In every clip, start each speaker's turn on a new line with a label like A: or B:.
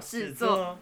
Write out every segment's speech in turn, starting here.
A: 始做。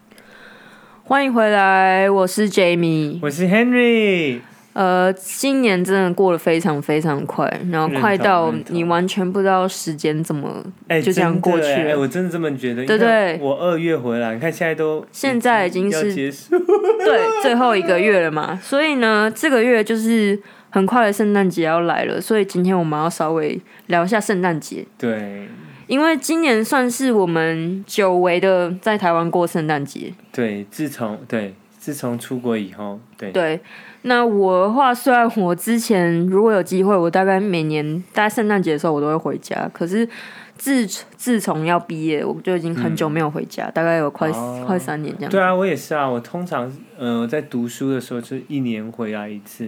B: 欢迎回来，我是 Jamie。
C: 我是 Henry，
B: 呃，今年真的过得非常非常快，然后快到
C: 认同
B: 你完全不知道时间怎么
C: 哎、
B: 就这样
C: 真的
B: 过去
C: 哎哎
B: 了
C: 我真的这么觉得。
B: 对
C: 你看
B: 对
C: 我二月回来，你看现在都
B: 现在已经
C: 要
B: 是
C: 结束，
B: 对最后一个月了嘛，所以呢，这个月就是很快的圣诞节要来了，所以今天我们要稍微聊一下圣诞节，
C: 对
B: 因为今年算是我们久违的在台湾过圣诞节。
C: 对，自从对自从出国以后，对
B: 对，那我的话，虽然我之前如果有机会，我大概每年大概圣诞节的时候我都会回家，可是自自从要毕业，我就已经很久没有回家，大概有快、
C: 哦
B: 快三年这样。
C: 对啊，我也是啊。我通常呃我在读书的时候就是一年回来一次，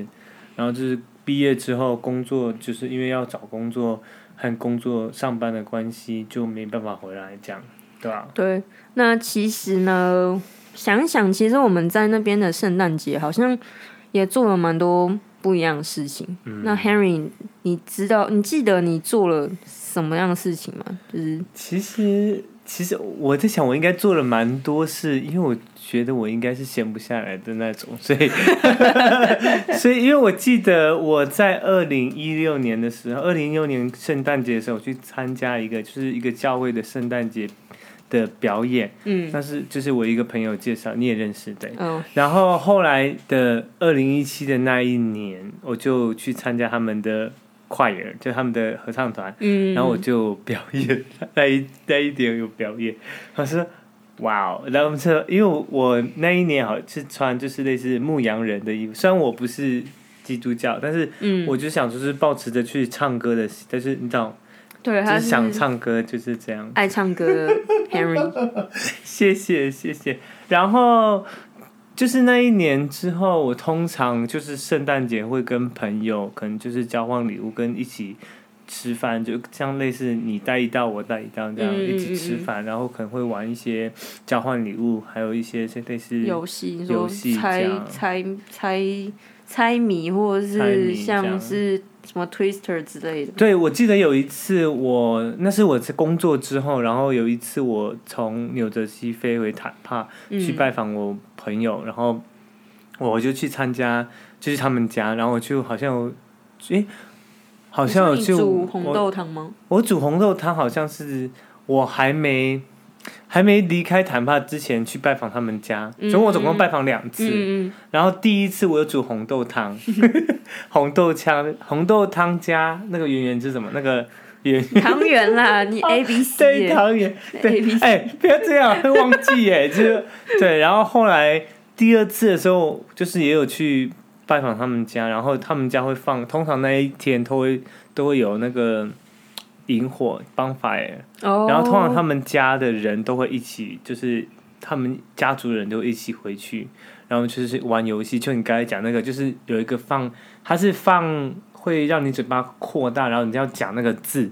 C: 然后就是毕业之后工作，就是因为要找工作和工作上班的关系，就没办法回来这样，对吧、
B: 对，那其实呢，想一想，其实我们在那边的圣诞节好像也做了蛮多不一样的事情。
C: 嗯
B: 那 Henry，你知道你记得你做了什么样的事情吗？就是
C: 其实，其实我在想，我应该做了蛮多事，因为我觉得我应该是闲不下来的那种，所以，所以，因为我记得我在二零一六年的时候，二零一六年圣诞节的时候，我去参加一个就是一个教会的圣诞节的表演，
B: 嗯
C: 那是就是我一个朋友介绍，你也认识对。
B: 嗯
C: 然后后来的二零一七的那一年，我就去参加他们的快 r 就他们的合唱团，
B: 嗯，
C: 然后我就表演 那一那一点有表演，我说哇哦，然后我们说，因为我我那一年好像是穿就是类似牧羊人的衣服，虽然我不是基督教，但是
B: 嗯，
C: 我就想就是抱持着去唱歌的，但是你知道，
B: 对，
C: 就
B: 他
C: 是想唱歌就是这样。
B: 爱唱歌的 Henry，
C: 谢谢谢谢。然后就是那一年之后，我通常就是圣诞节会跟朋友，可能就是交换礼物，跟一起吃饭，就像类似你带一道，我带一道这样、
B: 嗯嗯
C: 一起吃饭，然后可能会玩一些交换礼物，还有一些是类似
B: 游戏你说
C: 游戏
B: 猜
C: 这样
B: 猜猜猜谜，或者
C: 猜
B: 是
C: 谜这
B: 像
C: 样
B: 是什么 Twister 之类的。
C: 对，我记得有一次我那是我在工作之后，然后有一次我从纽泽西飞回坦帕去
B: 嗯
C: 拜访我朋友，然后我就去参加，就去他们家，然后我就好像有，诶，好像有
B: 你
C: 去
B: 说你煮红
C: 我
B: 豆汤 吗？
C: 我煮红豆汤，好像是我还没还没离开坦帕之前去拜访他们家，所以我总共拜访两次。
B: 嗯嗯嗯
C: 然后第一次我有煮红豆汤， 红豆汤，红豆汤加那个圆圆是什么？那个圆
B: 嗯，汤圆 啦，你 A B C
C: 对
B: 耶，
C: 汤圆，
B: A
C: 对
B: B，
C: 哎、不要这样，会忘记耶，就是对。然后后来第二次的时候，就是也有去拜访他们家，然后他们家会放，通常那一天都会都会有那个萤火 bonfire，
B: 哦，
C: 然后通常他们家的人都会一起，就是他们家族人都一起回去，然后就是玩游戏。就你刚才讲那个，就是有一个放，它是放会让你嘴巴扩大，然后你要讲那个字，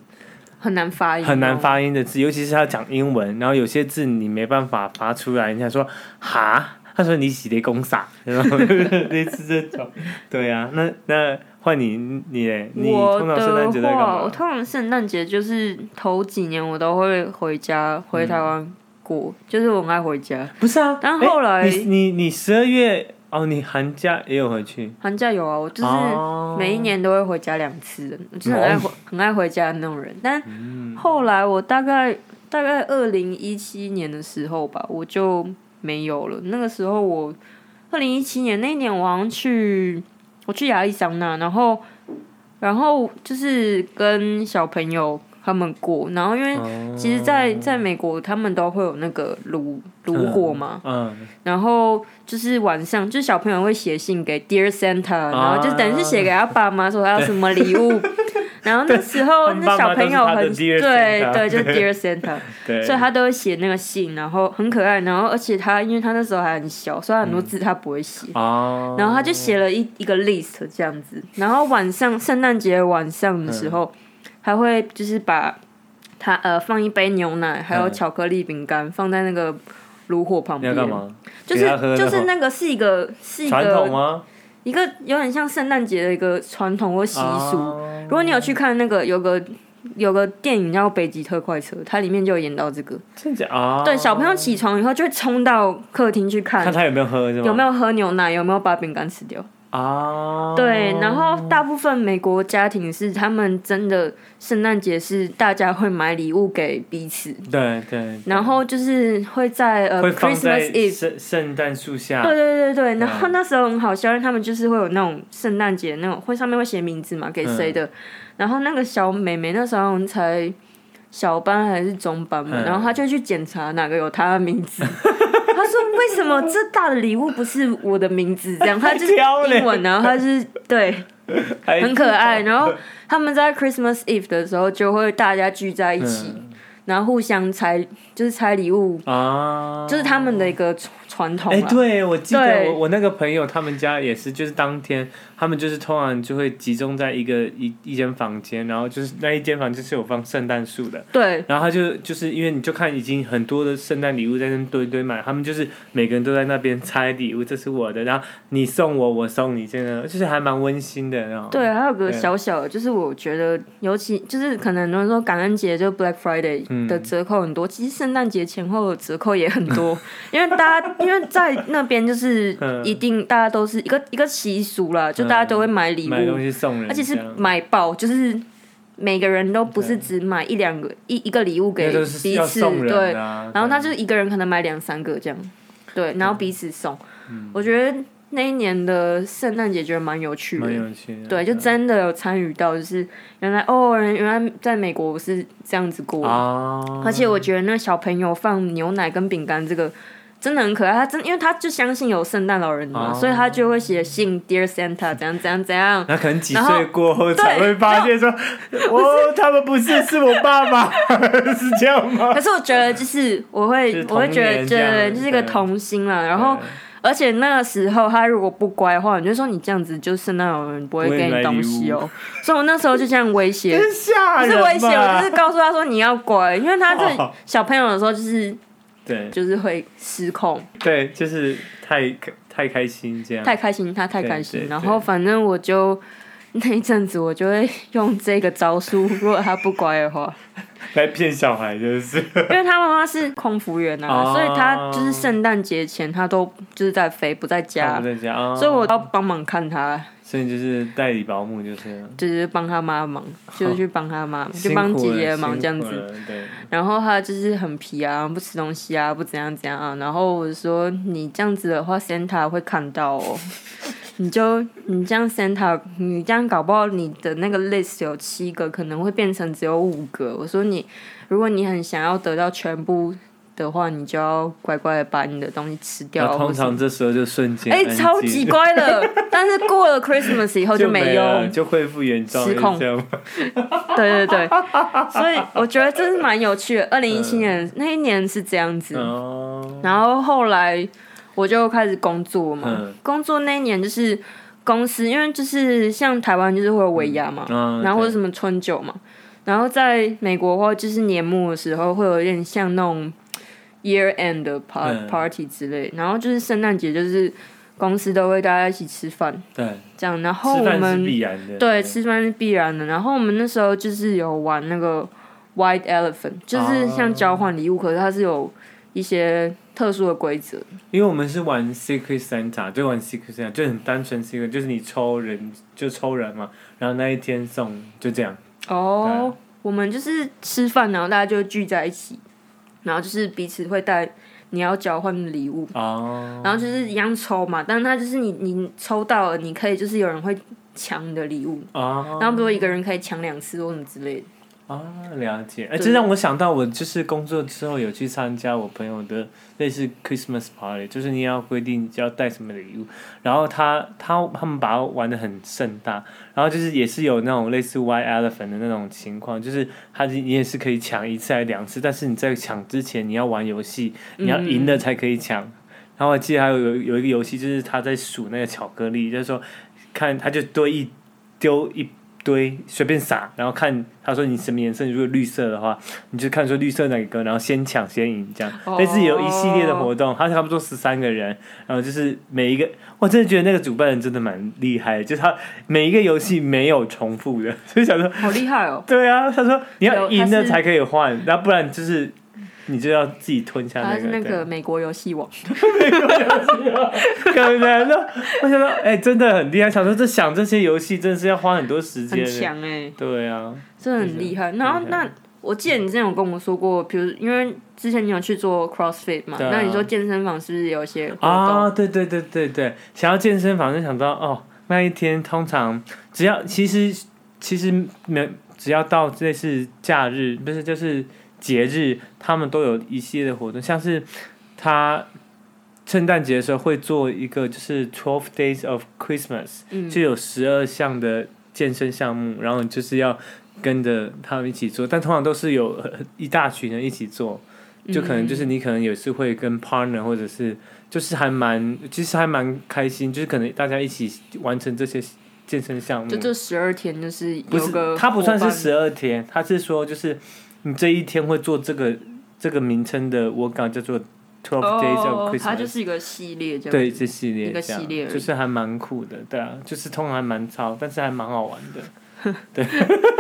B: 很难发音，哦
C: 很难。发音的字，尤其是他讲英文，然后有些字你没办法发出来，人家说哈，他说你洗的公傻，然后 类似这种，对啊，那那换你你嘞你
B: 我
C: 通常圣诞节
B: 的
C: 在干
B: 话，我
C: 嘛？
B: 通常圣诞节就是头几年我都会回家回台湾过，就是我很爱回家。
C: 不是啊，
B: 但后来
C: 诶你你你十二月哦，你寒假也有回去，
B: 寒假有啊，我就是
C: 哦嗯
B: 每一年都会回家两次的，我就是很爱回很爱回家的那种人。但后来我大概大概二零一七年的时候吧，我就没有了。那个时候我二零一七年那一年，我好像去我去亚利桑那，然后然后就是跟小朋友他们过，然后因为
C: 哦
B: 其实在，在美国他们都会有那个炉炉火嘛，
C: 嗯，
B: 然后就是晚上，就是小朋友会写信给 Dear
C: 啊
B: Santa，然后就等于是写给他爸妈说他要什么礼 物。然后那时候
C: 对
B: 那小朋友
C: 他们爸妈
B: 很
C: 都
B: 对
C: 是他的 Dear Santa
B: 对，就是 Dear Santa，
C: 对，
B: 所以他都会写那个信，然后很可爱。然后而且他因为他那时候还很小，所以他很多字他不会写。
C: 哦，
B: 然后他就写了一一个 list 这样子，然后晚上圣诞节晚上的时候，
C: 嗯
B: 还会就是把他呃放一杯牛奶，还有
C: 嗯
B: 巧克力饼干放在那个炉火旁
C: 你
B: 边
C: 要，干嘛？
B: 就
C: 给他
B: 是
C: 喝
B: 就是
C: 然后
B: 那个是一个是一
C: 传统
B: 个
C: 吗？
B: 一个有点像圣诞节的一个传统或习俗。
C: 哦
B: 如果你有去看那个有个有个电影叫《北极特快车》，它里面就有演到这个。
C: 真假啊？
B: 对，小朋友起床以后就会冲到客厅去看
C: 看他有没有喝是吗？
B: 有没有喝牛奶，有没有把饼干吃掉。
C: 啊？
B: 对，然后大部分美国家庭是他们真的圣诞节是大家会买礼物给彼此，
C: 对对，
B: 然后就是会在呃
C: 会放在
B: Christmas Eve。
C: 圣圣诞树下，
B: 对对对对，然后
C: 啊嗯
B: 那时候很好笑，因为他们就是会有那种圣诞节那种，会上面会写名字嘛，给谁
C: 嗯
B: 的。然后那个小妹妹那时候好像才小班还是中班嘛，
C: 嗯
B: 然后她就去检查哪个有她的名 字。她说：“为什么这大的礼物不是我的名字？”这样，她就是
C: 挑嘞
B: 英文，然后她是对，
C: 还
B: 很可爱。然后他们在 Christmas Eve 的时候就会大家聚在一起，
C: 嗯
B: 然后互相拆，就是拆礼物，
C: 啊，
B: 就是他们的一个传传统
C: 哎、
B: 啦。
C: 对我记得
B: 对
C: 我我那个朋友他们家也是，就是当天他们就是通常就会集中在一个一一间房间，然后就是那一间房就是有放圣诞树的，
B: 对，
C: 然后他就就是因为你就看已经很多的圣诞礼物在那堆堆满，他们就是每个人都在那边拆礼物，这是我的，然后你送我，我送你，这样就是还蛮温馨的，然后
B: 对，还有个
C: 哦对
B: 小小的，就是我觉得，尤其就是可能很多人说感恩节就 Black Friday
C: 嗯
B: 的折扣很多，其实圣诞节前后的折扣也很多，因为大家因为在那边就是
C: 嗯
B: 一定大家都是一个一个习俗啦，就大家都会买礼
C: 买东
B: 物，
C: 西送人，
B: 而且是
C: 这样
B: 买爆，就是每个人都不是
C: 对
B: 只买一两个一一个礼物给
C: 那都是
B: 彼
C: 要
B: 此，
C: 送人
B: 对，
C: 的啊、嗯
B: 然后他
C: 对
B: 就是一个人可能买两三个这样，对，然后彼此送，
C: 嗯
B: 我觉得那一年的圣诞节觉得蛮有趣的
C: 蛮。有啊趣的，
B: 对，就真的有参与到，就是原来哦，原原来在美国是这样子过，
C: 啊，
B: 而且我觉得那小朋友放牛奶跟饼干这个真的很可爱，他真因为他就相信有圣诞老人嘛，
C: 哦
B: 所以他就会写信 Dear Santa 怎样怎样怎样，
C: 那可能几
B: 然后
C: 岁过后才
B: 对
C: 会发现 说，哦，他们不是，是我爸爸， 是这样吗？
B: 可是我觉得就是我会
C: 就是
B: 我会觉得
C: 童年这样
B: 对，就是一个
C: 对
B: 童心啦，然后。而且那个时候，他如果不乖的话，你就说你这样子就是圣诞老人不会
C: 不会
B: 给
C: 买
B: 你
C: 礼
B: 东
C: 物
B: 西哦、所以我那时候就这样威 胁，
C: 真吓
B: 不
C: 人
B: 是威胁，我
C: 吧
B: 就是告诉他说你要乖，因为他这
C: 哦
B: 小朋友的时候就是
C: 对
B: 就是会失控，
C: 对，就是太太开心这样，
B: 太开心他太
C: 对
B: 开心，
C: 对
B: 然
C: 对
B: 后反正我就那一阵子我就会用这个招数，如果他不乖的话，
C: 来骗小孩就是，
B: 因为他妈妈是空服员啊，
C: 哦
B: 所以他就是圣诞节前他都就是在飞不在
C: 他
B: 家
C: 们，在家啊，
B: 所以我要帮忙看他，
C: 所以就是代理保姆就是，嗯
B: 就是帮他妈忙，就是去帮他妈，就帮姐
C: 哦辛苦了
B: 姐忙这样子
C: 辛。苦了对，
B: 然后他就是很皮啊，不吃东西啊，不怎样怎样啊。然后我说你这样子的话，Santa 会看到哦。 你就你这样 Santa，你这样搞不好你的那个 list 有七个，可能会变成只有五个。我说你，如果你很想要得到全部的话，你就要乖乖的把你的东西吃掉
C: 然后
B: 啊。
C: 通
B: 或什么
C: 常这时候就瞬间
B: 哎、
C: 安静
B: 超级乖的，但是过了 Christmas 以后
C: 就
B: 没
C: 了
B: 用。
C: 就恢复原状，
B: 失控
C: 这样吗
B: 对对对，所以我觉得这是蛮有趣的。二零一七
C: 嗯
B: 年、那一年是这样子，
C: 哦，
B: 然后后来我就开始工作嘛，
C: 嗯
B: 工作那一年就是公司，因为就是像台湾就是会有尾牙嘛，
C: 嗯
B: 然后或者
C: 对
B: 什么春酒嘛，然后在美国的话就是年末的时候会有点像那种 year end 的 par-
C: 嗯
B: party 之类，然后就是圣诞节就是公司都会大家一起吃饭
C: 对，
B: 这样，然后
C: 吃
B: 我
C: 饭是
B: 们
C: 必然的，
B: 对吃饭是必然的，然后我们那时候就是有玩那个 White Elephant，就是像交换礼物，可是它是有一些特殊的规则。
C: 因为我们是玩 Secret Santa，就玩 Secret Santa，就很单纯 Secret，就是你抽人就抽人嘛，然后那一天送就这样。
B: 哦、我们就是吃饭，然后大家就聚在一起，然后就是彼此会带你要交换的礼物，
C: 哦，
B: 然后就是一样抽嘛，但是它就是你你抽到了，你可以就是有人会抢你的礼物，
C: 哦，
B: 然后比如一个人可以抢两次或什么之类的。
C: 啊，了解。哎，
B: 对
C: 这让我想到，我就是工作之后有去参加我朋友的类似 Christmas party，就是你要规定要带什么礼物，然后他他他们把它玩的很盛大，然后就是也是有那种类似 White Elephant 的那种情况，就是他你也是可以抢一次还是两次，但是你在抢之前你要玩游戏，你要赢了才可以抢。然后我记得还有有有一个游戏，就是他在数那个巧克力，就是说看他就堆一丢一堆随便撒，然后看他说你什么颜色，如果绿色的话，你就看说绿色哪个，然后先抢先赢这样。
B: 哦
C: 类似有一系列的活动，他差不多十三个人，然后就是每一个，我真的觉得那个主办人真的蛮厉害的，就是他每一个游戏没有重复的， 所以想说，
B: 好厉害哦！
C: 对啊，他说你要
B: 有
C: 赢
B: 他
C: 了
B: 是
C: 才可以换，然后不然就是你就要自己吞下
B: 他
C: 那
B: 是
C: 个。
B: 那
C: 对
B: 个美国游戏王，
C: 可能呢，我想说，哎、真的很厉害。想说这想这些游戏，真的是要花很多时
B: 很
C: 间的。
B: 强哎，
C: 对啊，
B: 真的很厉害。然后
C: 厉害
B: 那我记得你之前有跟我说过，比如因为之前你有去做 CrossFit 嘛，
C: 对啊
B: 那你说健身房是不是有一些活动？
C: 啊，对对对对对，想要健身房就想到哦，那一天通常只要其实其实没只要到类似假日，不是就是节日，他们都有一系列的活动，像是他圣诞节的时候会做一个就是 Twelve Days of Christmas，
B: 嗯，
C: 就有十二项的健身项目，然后你就是要跟着他们一起做，但通常都是有呃一大群人一起做，就可能
B: 嗯
C: 就是你可能也是会跟 partner 或者是就是还蛮其实还蛮开心，就是可能大家一起完成这些健身项目
B: 就。这十二天，就是
C: 不
B: 有
C: 是
B: 个，
C: 嗯它不算是
B: 伙伴
C: 十二天，它是说就是你这一天会做这个这个名称的 workout 叫做 Twelve Days
B: 哦
C: of，Christmas，
B: 它就是一个系列这样。
C: 对，这系列
B: 一个
C: 这样
B: 系列而已
C: 就是还蛮酷的，对啊，就是通常还蛮糙，但是还蛮好玩的。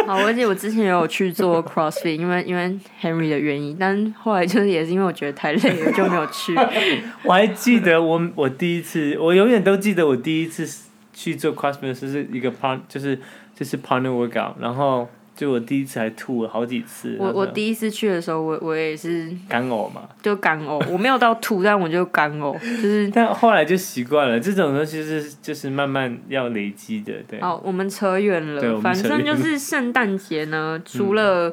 B: 好，而且我之前也有去做 CrossFit，因为因为 Henry 的原因，但后来就是也是因为我觉得太累了，就没有 去。
C: 我还记得我我第一次，我永远都记得我第一次去做 CrossFit 是一个 part，就是就是 partner workout，然后就我第一次还吐了好几次，
B: 我我
C: 然后
B: 第一次去的时候，我我也是
C: 干呕嘛，
B: 就干呕，我没有到吐，但我就干呕，就是
C: 但后来就习惯了，这种东西是就是慢慢要累积的，对。
B: 好，我们扯远
C: 对
B: 了。
C: 我们
B: 反
C: 扯
B: 正
C: 远嗯
B: 就是圣诞节呢，除了、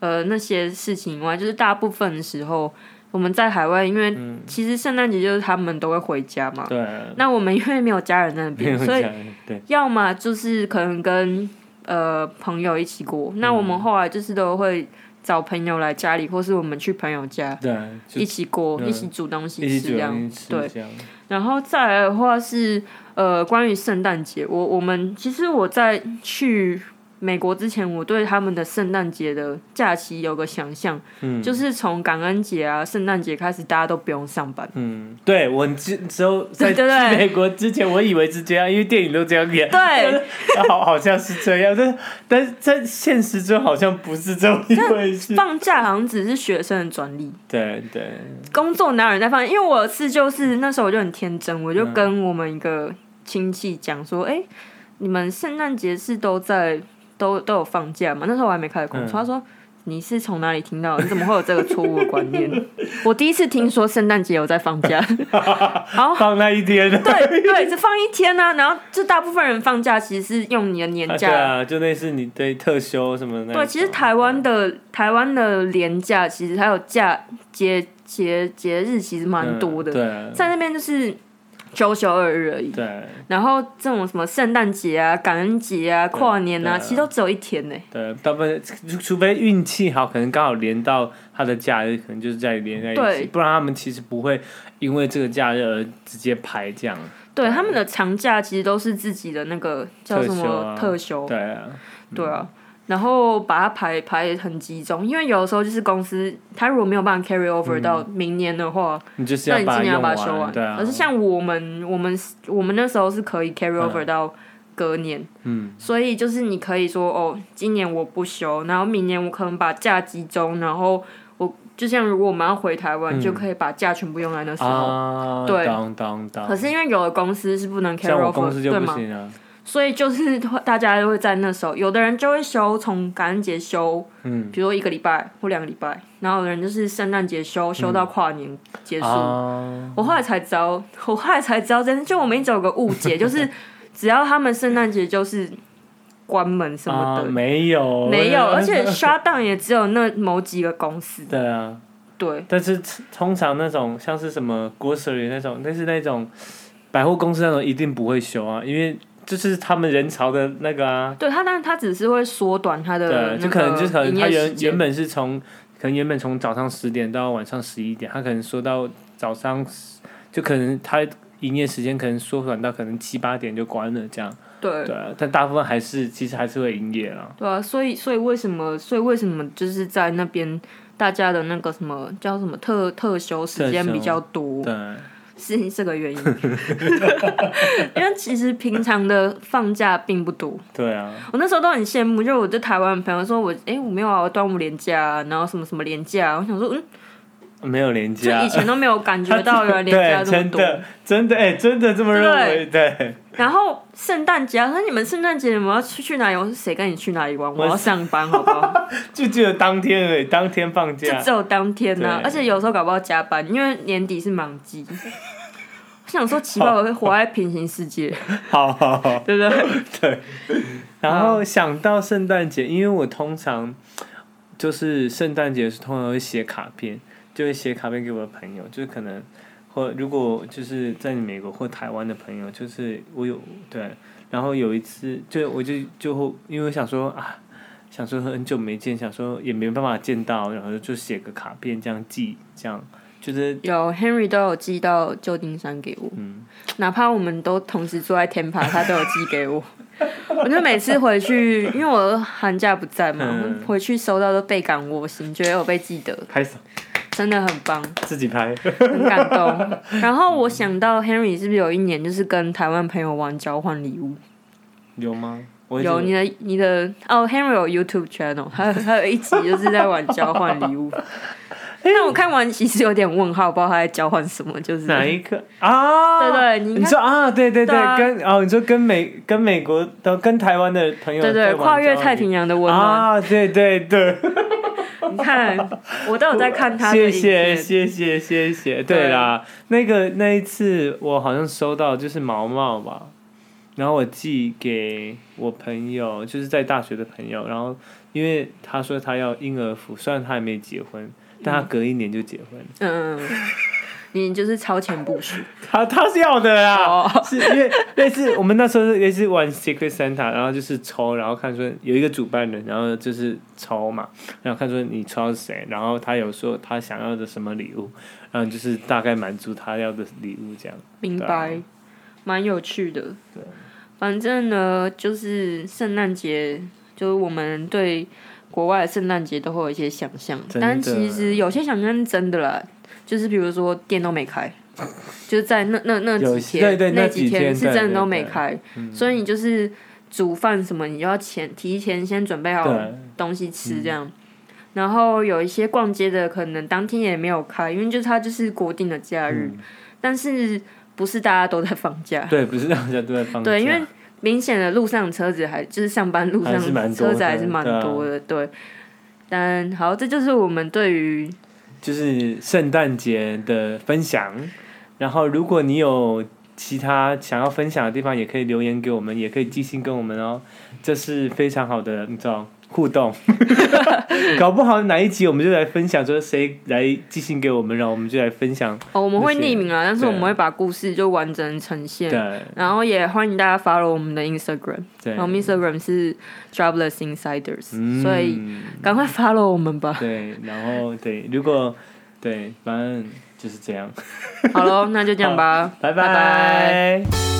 B: 呃那些事情以外，就是大部分的时候我们在海外，因为其实圣诞节就是他们都会回家嘛。
C: 嗯对啊，
B: 那我们因为没有家人在那
C: 没有
B: 边，所以
C: 讲对，
B: 要么就是可能跟呃朋友一起过。
C: 嗯
B: 那我们后来就是都会找朋友来家里，或是我们去朋友家。
C: 对啊，就
B: 一起过，
C: 嗯
B: 一起煮东西
C: 一起
B: 吃，这
C: 煮
B: 样
C: 东西吃
B: 对。
C: 这样，
B: 然后再来的话是呃，关于圣诞节，我我们其实我在去美国之前，我对他们的圣诞节的假期有个想象，
C: 嗯
B: 就是从感恩节啊、圣诞节开始，大家都不用上班。
C: 嗯，对我之之后在
B: 对对对
C: 去美国之前，我以为是这样，因为电影都这样演，
B: 对，
C: 好好像是这样，但但在现实中好像不是这么一回事。
B: 放假好像只是学生的专利，
C: 对对，
B: 工作哪有人在放假？因为我是就是那时候我就很天真，我就
C: 嗯
B: 跟我们一个亲戚讲说，哎、你们圣诞节是都在都都有放假嘛？那时候我还没开始工
C: 嗯
B: 作，他说。你是从哪里听到的？你怎么会有这个错误的观念？ 我第一次听说圣诞节有在放假，然后
C: 放那一天，
B: 对对，只放一天呢、啊然后就大部分人放假其实是用你的年
C: 啊对
B: 假
C: 啊，就类似你对特休什么的那种。
B: 对，其实台湾的台湾的廉价，其实还有假节节节日，其实蛮多的。
C: 嗯
B: 在那边就是九九二日而已。
C: 对对
B: 然后这种什么圣诞节啊、感恩节啊、
C: 对
B: 跨年啊，
C: 对
B: 其实都只有一天呢。
C: 对，大部分除除非运气好，可能刚好连到他的假日，可能就是在连在一起，
B: 对
C: 不然他们其实不会因为这个假日而直接排这样。
B: 对，他们的长假其实都是自己的那个叫什么
C: 特
B: 特休，
C: 对啊，
B: 对啊。然后把它排排得很集中，因为有的时候就是公司，他如果没有办法 carry over 到明年的话，
C: 你就是
B: 那
C: 要
B: 你今
C: 把它
B: 年嗯要
C: 用
B: 把它修完。
C: 对啊
B: 可。是像我们，我们我们那时候是可以 carry over 到隔年，
C: 嗯，
B: 所以就是你可以说哦，今年我不休，然后明年我可能把假集中，然后我就像如果我们要回台湾，
C: 嗯
B: 就可以把假全部用在那时候。
C: 啊，
B: 对
C: 当当当。
B: 可是因为有的公司是不能 carry
C: 像我公
B: over，
C: 司就
B: 对
C: 不
B: 吗？
C: 行啊。
B: 所以就是大家就会在那时候，有的人就会休从感恩节休，
C: 嗯，
B: 比如说一个礼拜或两个礼拜，然后有的人就是圣诞节休，休到跨年结束。
C: 嗯啊，
B: 我后来才知道，我后来才知道，真的就我们一直有个误 解，就是只要他们圣诞节就是关门什么
C: 啊
B: 的，
C: 没有，
B: 没有，而且 shutdown 也只有那某几个公司。
C: 对啊，
B: 对，
C: 但是通常那种像是什么 grocery 那种，但是那种百货公司那种一定不会休啊，因为就是他们人潮的那个啊，
B: 对他，但是他只是会缩短他的
C: 对，就可能就可能他
B: 他
C: 原原本是从可能原本从早上十点到晚上十一点，他可能说到早上10，就可能他营业时间可能缩短到可能七八点就关了这样，
B: 对
C: 对啊，但大部分还是其实还是会营业啦。
B: 对啊，所以所以为什么所以为什么就是在那边大家的那个什么叫什么特特休时间
C: 特休
B: 比较多，
C: 对，
B: 是这个原因。 因为其实平常的放假并不多，
C: 对啊，
B: 我那时候都很羡慕，就我在台湾的朋友说我哎、诶我没有啊，我端午连假啊，然后什么什么连假啊，我想说嗯，
C: 没有廉
B: 就
C: 价
B: 以。前都没有感 觉到原来连假
C: 对，
B: 这么
C: 真
B: 多。
C: 的，真的，哎、真的这么认为，对，
B: 然后圣诞节啊，他说你们圣诞节你们要去去哪里？我说谁跟你去哪里玩？我要上班，好不 好？
C: 就只有当天而已，当天放
B: 就
C: 假
B: 只，有当天呐、
C: 啊对
B: 而且有时候搞不好加班，因为年底是忙季。 我想说，奇怪，我会活在平行世界，
C: 好好好。
B: 对不对？
C: 对，然后想到圣诞节，因为我通常就是圣诞节是通常会写卡片，就会写卡片给我的朋友，就是可能或如果就是在美国或台湾的朋友，就是我有对，然后有一次就我就就会因为我想说啊，想说很久没见，想说也没办法见到，然后就写个卡片这样寄，这样就是
B: 有 Henry 都有寄到旧金山给我，
C: 嗯
B: 哪怕我们都同时住在天爬，他都有寄给我。 我就每次回去，因为我寒假不在嘛，
C: 嗯
B: 回去收到都倍感窝心，觉得我被记得，
C: 拍手
B: 真的很棒。
C: 自己拍，
B: 很感 动。然后我想到 Henry 是不是有一年就是跟台湾朋友玩交换礼物？
C: 有吗？我一直
B: 有你的你的哦，Henry 有 YouTube channel，还有还有一集就是在玩交换礼
C: 哎
B: 物。但我看完其实有点问号，不知道他在交换什么，就是
C: 哪一个啊？
B: 对对，你应
C: 你
B: 该
C: 说啊，对对对，
B: 对啊
C: 跟哦，你说跟美跟美国的跟台湾的朋友
B: 对
C: 在
B: 对，
C: 玩
B: 跨越
C: 交流
B: 太平洋的温暖。
C: 啊，对对对，
B: 你看，我都有在 看他的
C: 谢
B: 影
C: 谢
B: 片。
C: 谢谢谢谢，对
B: 对
C: 啦，那个那一次我好像收到就是毛毛吧，然后我寄给我朋友，就是在大学的朋友，然后因为他说他要婴儿服，虽然他还没结婚，但他隔一年就结婚，
B: 嗯，你就是超前部署。
C: 他 他是要的啦。
B: 哦，
C: 是因为类似我们那时候是类似玩 Secret Santa，然后就是抽，然后看说有一个主办人，然后就是抽嘛，然后看说你抽到谁，然后他有说他想要的什么礼物，然后就是大概满足他要的礼物这样。
B: 明白，蛮有趣的。
C: 啊对
B: 反正呢，就是圣诞节，就是我们对国外的圣诞节都会有一些想象，
C: 真的
B: 但其实有些想象是真的啦，就是比如说店都没开，就是在那那那
C: 有
B: 几
C: 些
B: 天，
C: 对对
B: 那
C: 那几天
B: 天是真的都
C: 对
B: 没
C: 对对嗯
B: 开，所以你就是煮饭什么，你就要前提前先准备好
C: 对嗯
B: 东西吃这样。然后有一些逛街的，可能当天也没有开，因为就是它就是国定的假
C: 嗯
B: 日，但是不是大家都在放假，
C: 对，不是让人家都在放假
B: 啊对，因为明显的路上车子还就是上班路
C: 还是蛮
B: 上
C: 多的嗯
B: 车子还是蛮多的，对。但好，这就是我们对于
C: 就是圣诞节的分享。然后，如果你有其他想要分享的地方，也可以留言给我们，也可以寄信跟我们哦。这是非常好的，你知道 互动。搞不好哪一集我们就来分享，说谁来寄信给我们，然后我们就来分享。
B: 哦，我们会
C: 那些
B: 匿名啊，但是我们
C: 对
B: 会把故事就完整呈现。
C: 对
B: 然后也欢迎大家 follow 我们的 Instagram，
C: 对
B: 然后，嗯我们 Instagram 是 Jobless Insiders，、
C: 嗯
B: 所以赶快 follow 我们吧。
C: 对，然后对，如果对，反正就是这样。
B: 好喽，那就这样吧，
C: 拜
B: 拜拜
C: 拜